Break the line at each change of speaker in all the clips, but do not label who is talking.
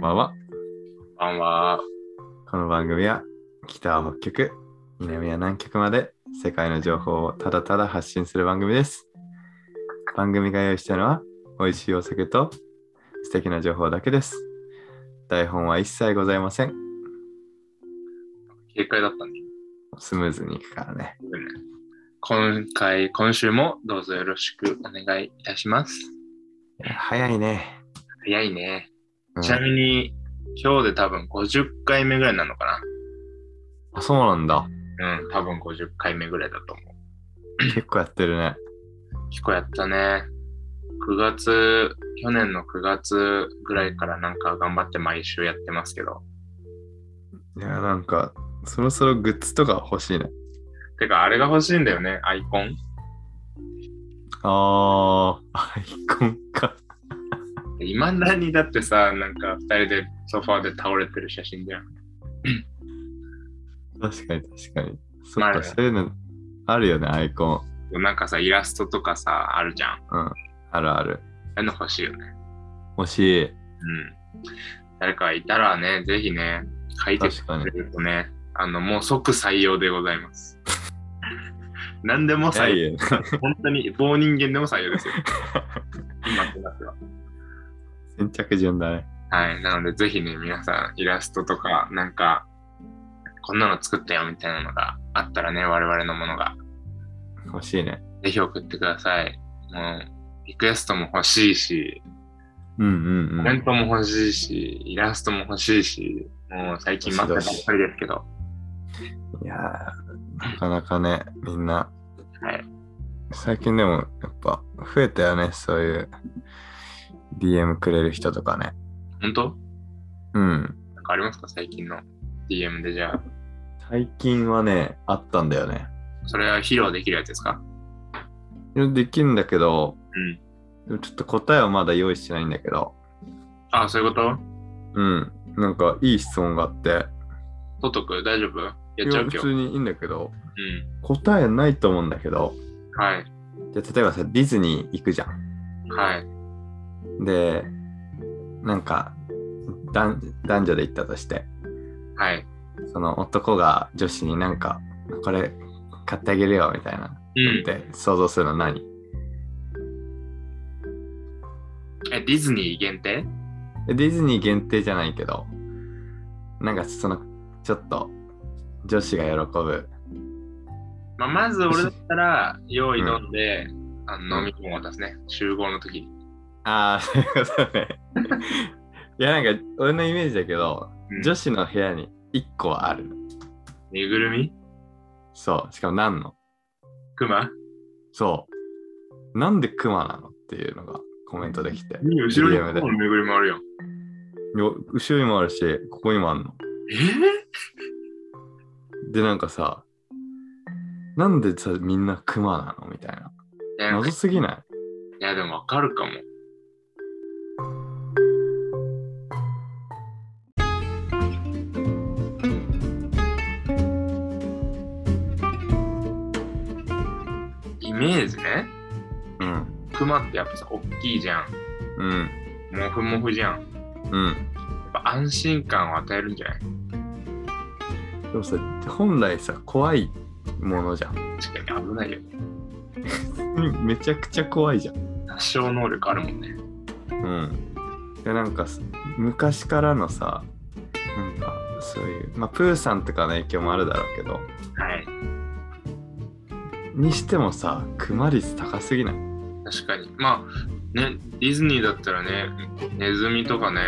ばんは。
こんばんは。
この番組は北は北極、南は南極まで世界の情報をただただ発信する番組です。番組が用意したのは美味しいお酒と素敵な情報だけです。台本は一切ございません。
警戒だったね。
スムーズにいくからね。
今回、今週もどうぞよろしくお願いいたします。
いや早いね。
早いね。
うん
ちなみに、今日で多分50回目ぐらいになるのか
あ、そうなんだ。
な。うん、多分50回目ぐらいだと思う。
結構やってるね。
結構やったね。9月、去年の9月ぐらいからなんか頑張って毎週やってますけど。
いや、なんか、そろそろグッズとか欲しいね。
てか、あれが欲しいんだよね、アイコン。
あー、アイコンか。
いまだにだってさ、なんか2人でソファーで倒れてる写真だよ。
確かに確かに。そ
ま
っ
あ
か、そういうのあるよね、アイコン。
なんかさ、イラストとかさ、あるじゃん。あ
あるある。
あいうの欲しいよね。
欲しい。
うん。誰かいたらね、ぜひね、書いて
確か
く
に
れ。るとね、あの、もう即採用でございます。 何でも採用。
いや
本当に棒人間でも採 用ですよ。今となっては。
先着順だね。
はい。なので、ぜひね、皆さん、イラストとか、なんか、こんなの作ったよみたいなのがあったらね、我々のものが、
欲しいね。
ぜひ送ってください。もう、リクエストも欲しいし、
うんう
コ
んう
メン
ん。
トも欲しいし、イラストも欲しいし、もう最近待ってばっかりですけど、
いやーなかなかね、みんな。
はい
最近でも、やっぱ、増えたよね、そういう。DM くれる人とかね。
本当
うん。
なんかありますか最近の DM でじゃあ、
最近はね、あったんだよね。
それは披露できるやつですか
いやできるんだけど、
うん。
でもちょっと答えはまだ用意してないんだけど、
あ、そういうこと
うん。なんか、いい質問があって、
取っとく大丈夫や
い
っちゃ
や普
う今日。う
通にいいんだけど、
ん。
答えないと思うんだけど、
はい。
じゃあ例えばさ、ディズニー行くじゃん。
はい。
で、なんか男男女で行ったとして、
はい。
その男が女子になんか、これ買ってあげるよみたいな
う
のっ
ん。
て想像するの何、
え、ディズニー限定
でディズニー限定じゃないけど、なんかその、ちょっと女子が喜ぶ。
まあ、まず俺だっ たら、用意飲んで、あの飲み物を渡すね。集合の時に。
ああ、そういうこと ね。いや、なんか俺のイメージだけど、
うん
女子の部屋に1個はある。
ぬいぐるみ
そう、しかも何の
クマ
そう。なんでクマなのっていうのがコメントできて。
後ろに
DM で
クマのぬいぐるみあるよ。
よ後ろにもあるし、ここにもあるの。
え
で、なんかさ、なんでさ、みんなクマなのみたいな。
ー、なんか
謎
い
すぎない
や、でもわかるかも。イメージね。
うん。
クマってやっぱさ、おっきいじゃん。
うん。
モフモフじゃん。
うん。
やっぱ安心感を与えるんじゃない
でもさ、本来さ、怖いものじゃん。
確かに危ないよね。
めちゃくちゃ怖いじゃん。
殺傷能力あるもんね。
うん。で、なんかさ、昔からのさ、なんか、そういう、まあ、プーさんとかの影響もあるだろうけど、
はい。
にしてもさ、クマ率高すぎない
確かに。まあ、ね、ディズニーだったらね、ネズミとかね、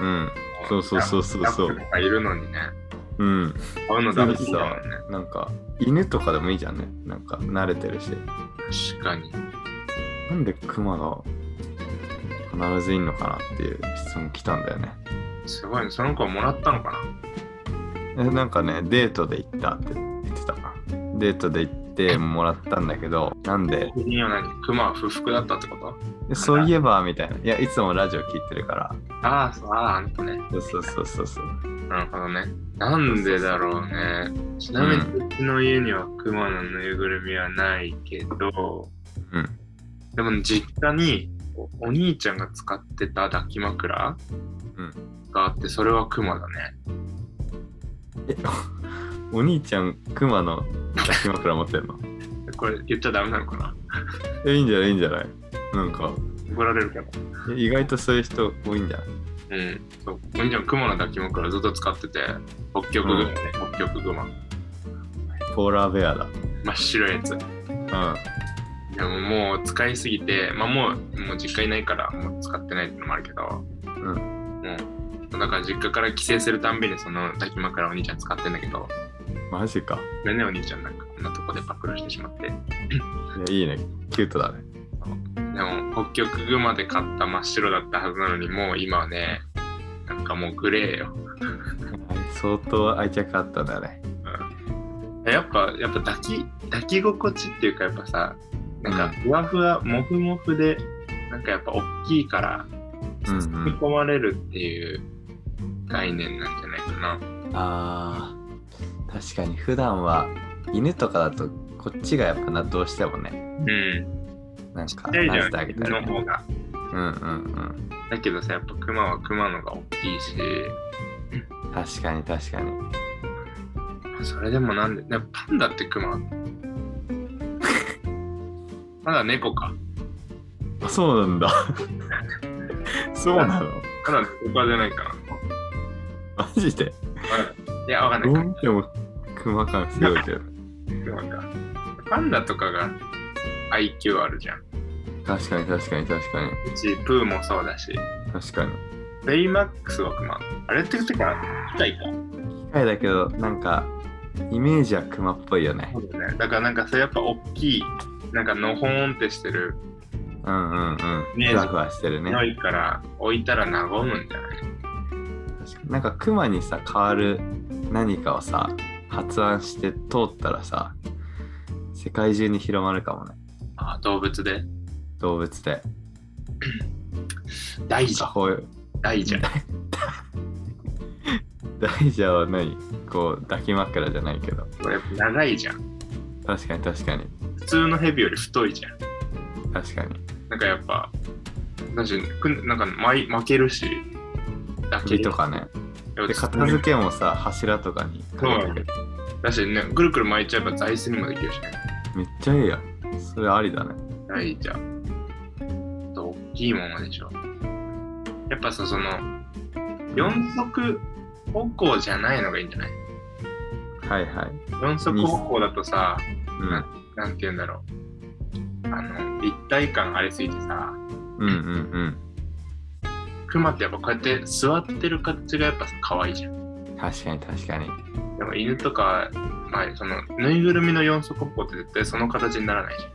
うん。そうそうそうそうそう
ジャックとかいるのにね、
うん。
会うのダメだもんね。
なんか犬とかでもいいじゃんねなんか慣れてるし
確かに。
なんでクマが必ずいんのかなっていう質問来たんだよね
すごいね。その子はもらったのかな
えなんかねデートで行ったって言ってたデートで行 ってもらったんだけどなんで
的には何クマは不服だったってこと
でそういえばみたいないやいつもラジオ聞いてるから
ああ、そう、ああ、あの子ね。
そうそうそうそうそう
なるほどね。なんでだろうね。ちなみに、うちの家にはクマのぬいぐるみはないけど、
うん
でも実家におお兄ちゃんが使ってた抱き枕、
うん
があってそれはクマだね
え、お兄ちゃん、クマの抱き枕持ってんの
これ言っちゃダメなのかな
え、いいんじゃないいいんじゃないなんか、
怒られるかな
え意外とそういう人多いんじゃない
うんそうお兄ちゃんクマの抱き枕ずっと使ってて北極グマね、北極グマ
ポーラーベアだ。
真っ白いやつ
う
でももう使いすぎて、まあ、もうもう実家いないからもう使ってないってのもあるけど、
う
もうだから実家から帰省するたんびにその抱き枕お兄ちゃん使ってんだけど
ん。マジか。
ごめんねお兄ちゃんなんかこんなとこでパクロしてしまってで
いや、いいね。キュートだね。
も北極グマで買った真っ白だったはずなのにもう今はねなんかもうグレーよ
相当愛着あったんだね。
やっぱやっぱ抱き抱き心地っていうかやっぱさなんかふわふわもふもふでなんかやっぱ大きいから
うんう
包み
ん。
込まれるっていう概念なんじゃないかな。
あー確かに普段は犬とかだとこっちがやっぱなどうしてもね、
うん。
なんか
ちっちゃいじ
な
ゃ
し
ん
てあげた
犬
り、
の
ね。
方が。
うんうん
だけどさやっぱクマはクマのが大きいし
うん。確かに確かに。
それでもなんででもパンダって クマまだ猫か。
あそうなんだ。 そうなの
まだ猫科じゃないかな。
マジで
いやわかんな
ど
いうか。
見ても熊感すごいけど。
クマかパンダとかが IQ あるじゃん。
確かに確かに確かに
うちプーもそうだし。
確かに。
ベイマックスはクマ。あれっててか、機械か。
機械だけどなんかイメージは熊っぽいよね。
そうだね。だからなんかそれやっぱ大きい、なんかのほーんってしてる、
うんうんうん。
ね
ふわふわしてるね。
匂いから置いたら和むんじゃない
確かになんかクマにさ変わる何かをさ発案して通ったらさ世界中に広まるかもね
あ動物で。
動物で
大
あ。こういう
大蛇。
大蛇は何こう抱き枕じゃないけど
これやっぱ長いじゃん。
確かに確かに
普通のヘビより太いじゃん。
確かに
なんかやっぱ、なんしくなんかまい負けるし、抱け
木
る
とかね
やっ
で
ぱ
片付けもさ柱とかにかけてくる
だしね、ぐるぐる巻いちゃえば座椅子にもできるしね。
めっちゃいいやんそれありだね
大蛇。と大きいものでしょ。やっぱさ、その、四足歩行じゃないのがいいんじゃない
はいはい
四足歩行だとさ、
うん
なんて言うんだろう。あの、立体感ありすぎてさ、
うんうん
クマってやっぱこうやって座ってる形がやっぱ可愛いじゃん。
うん確かに確かに
でも犬とか、まあ、その、ぬいぐるみの四足歩行って絶対その形にならないじ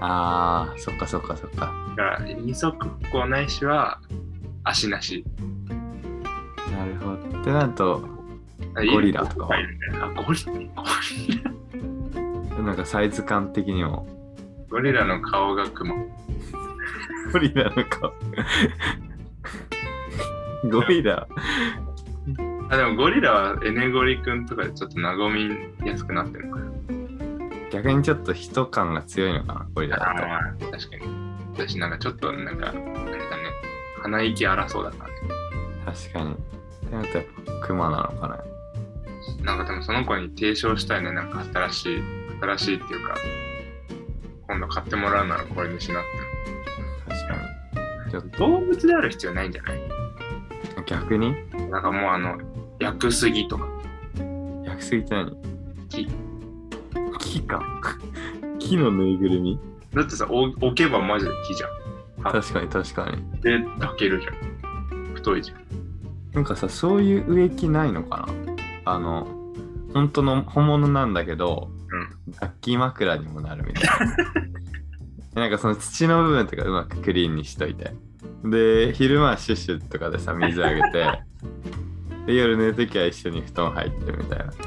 ゃ
あーそっかそっかそっか
ん。だから、二足歩行ないしは、足なし。
なるほどってなるとゴリラとかは
あゴリラ
なんかサイズ感的にも。
ゴリラの顔がクマ。
ゴリラの顔。ゴリラ。
あでもゴリラはエネゴリ君とかでちょっと和みやすくなってるのかな。
逆にちょっと人感が強いのかな、ゴリラだ
あー確かに。私なんかちょっとなんか、あれだね、鼻息荒そうだからね。
と。確かに。ってなるとやっぱクマなのかな。
なんかでもその子に提唱したいね、なんか新しい、新しいっていうか、今度買ってもらうならこれにしなって。
確かに。ちょっ
動物である必要ないんじゃない
と逆に
なんかもうあの、薬杉とか、
逆すぎて何
木。
木か。木のぬいぐるみ
だってさ、お置けばマジで木じゃん。
確かに確かに。
で、抱けるじゃん。太いじゃん。
なんかさ、そういう植木ないのかなあの、本当の本物なんだけど、抱き枕にもなるみたいな。 なんかその土の部分とかうまくクリーンにしといて。で、昼間はシュッシュとかでさ、水あげて、 で、夜寝るときは一緒に布団入ってみたいな。
す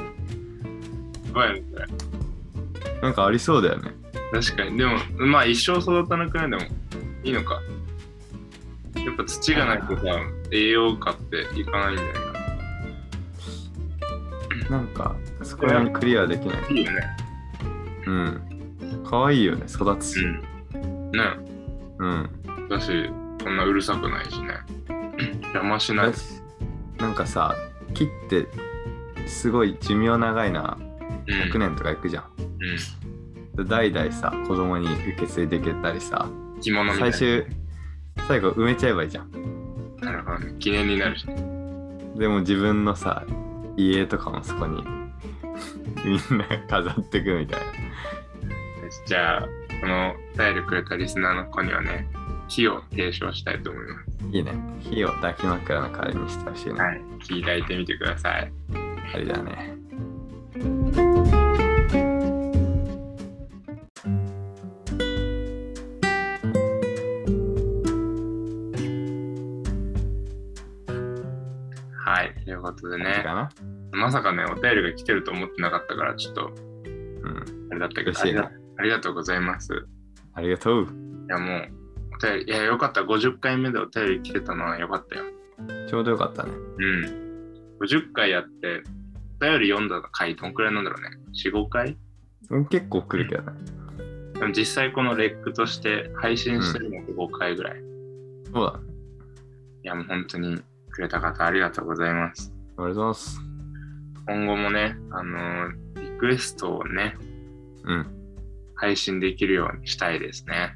ごいね、これ。
なんかありそうだよね。
確かに。でも、まあ一生育たなくないでも、いいのか。やっぱ土がないとさ、栄養価っていかないんじゃないかな。
なんか、そこら辺クリアできない。
いいよね。
うん。かわいいよね、育つし。
うん。ね
うん。
だし、そんなうるさくないしね。邪魔しない
な。なんかさ木ってすごい寿命長いな
うん
100年とかいくじゃん、代々さ子供に受け継いでいけたりさ
うん。着物みたい
最
な。
終最後埋めちゃえばいいじゃん
なるほどね。記念になるし、ね。
でも自分のさ家とかもそこに みんな飾ってくみたいな
じゃあ、このタイルくれたリスナーの子にはね、火を提唱したいと思います。
いいね火を抱き枕の代わりにしてほしいな、
はい。火抱いてみてください。
あれだね
はい。ということで
感じ
ね、
かな、
まさかね、お便りが来てると思ってなかったから、ちょっと、
うん
あれだったけど、
嬉しいな
ありがとうございます。い
ありがとう
や、もう、お便り、いや、よかった。50回目でお便り来てたのはよかったよ。
ちょうどよかったね
うん。50回やって、お便り読んだ回、どんくらいなんだろうね。4、5回
うん結構来るけどね
でも実際このレックとして配信してるのって5回ぐらい。い
そうだね
や、もう本当にくれた方ありがとうございます。
ありがとうございます
今後もね、あのーリクエストをね、
うん
配信できるようにしたいですね。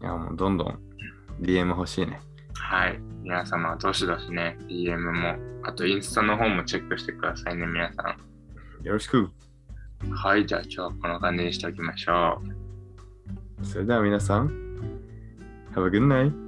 いやもうどんどん DM 欲しいね
はい。皆様、どしどしね、DM も、あとインスタの方もチェックしてくださいね、皆さ
よろしく
ん。はい、じゃあ今日はこの感じにしておきましょう。
それでは皆さん Have a good night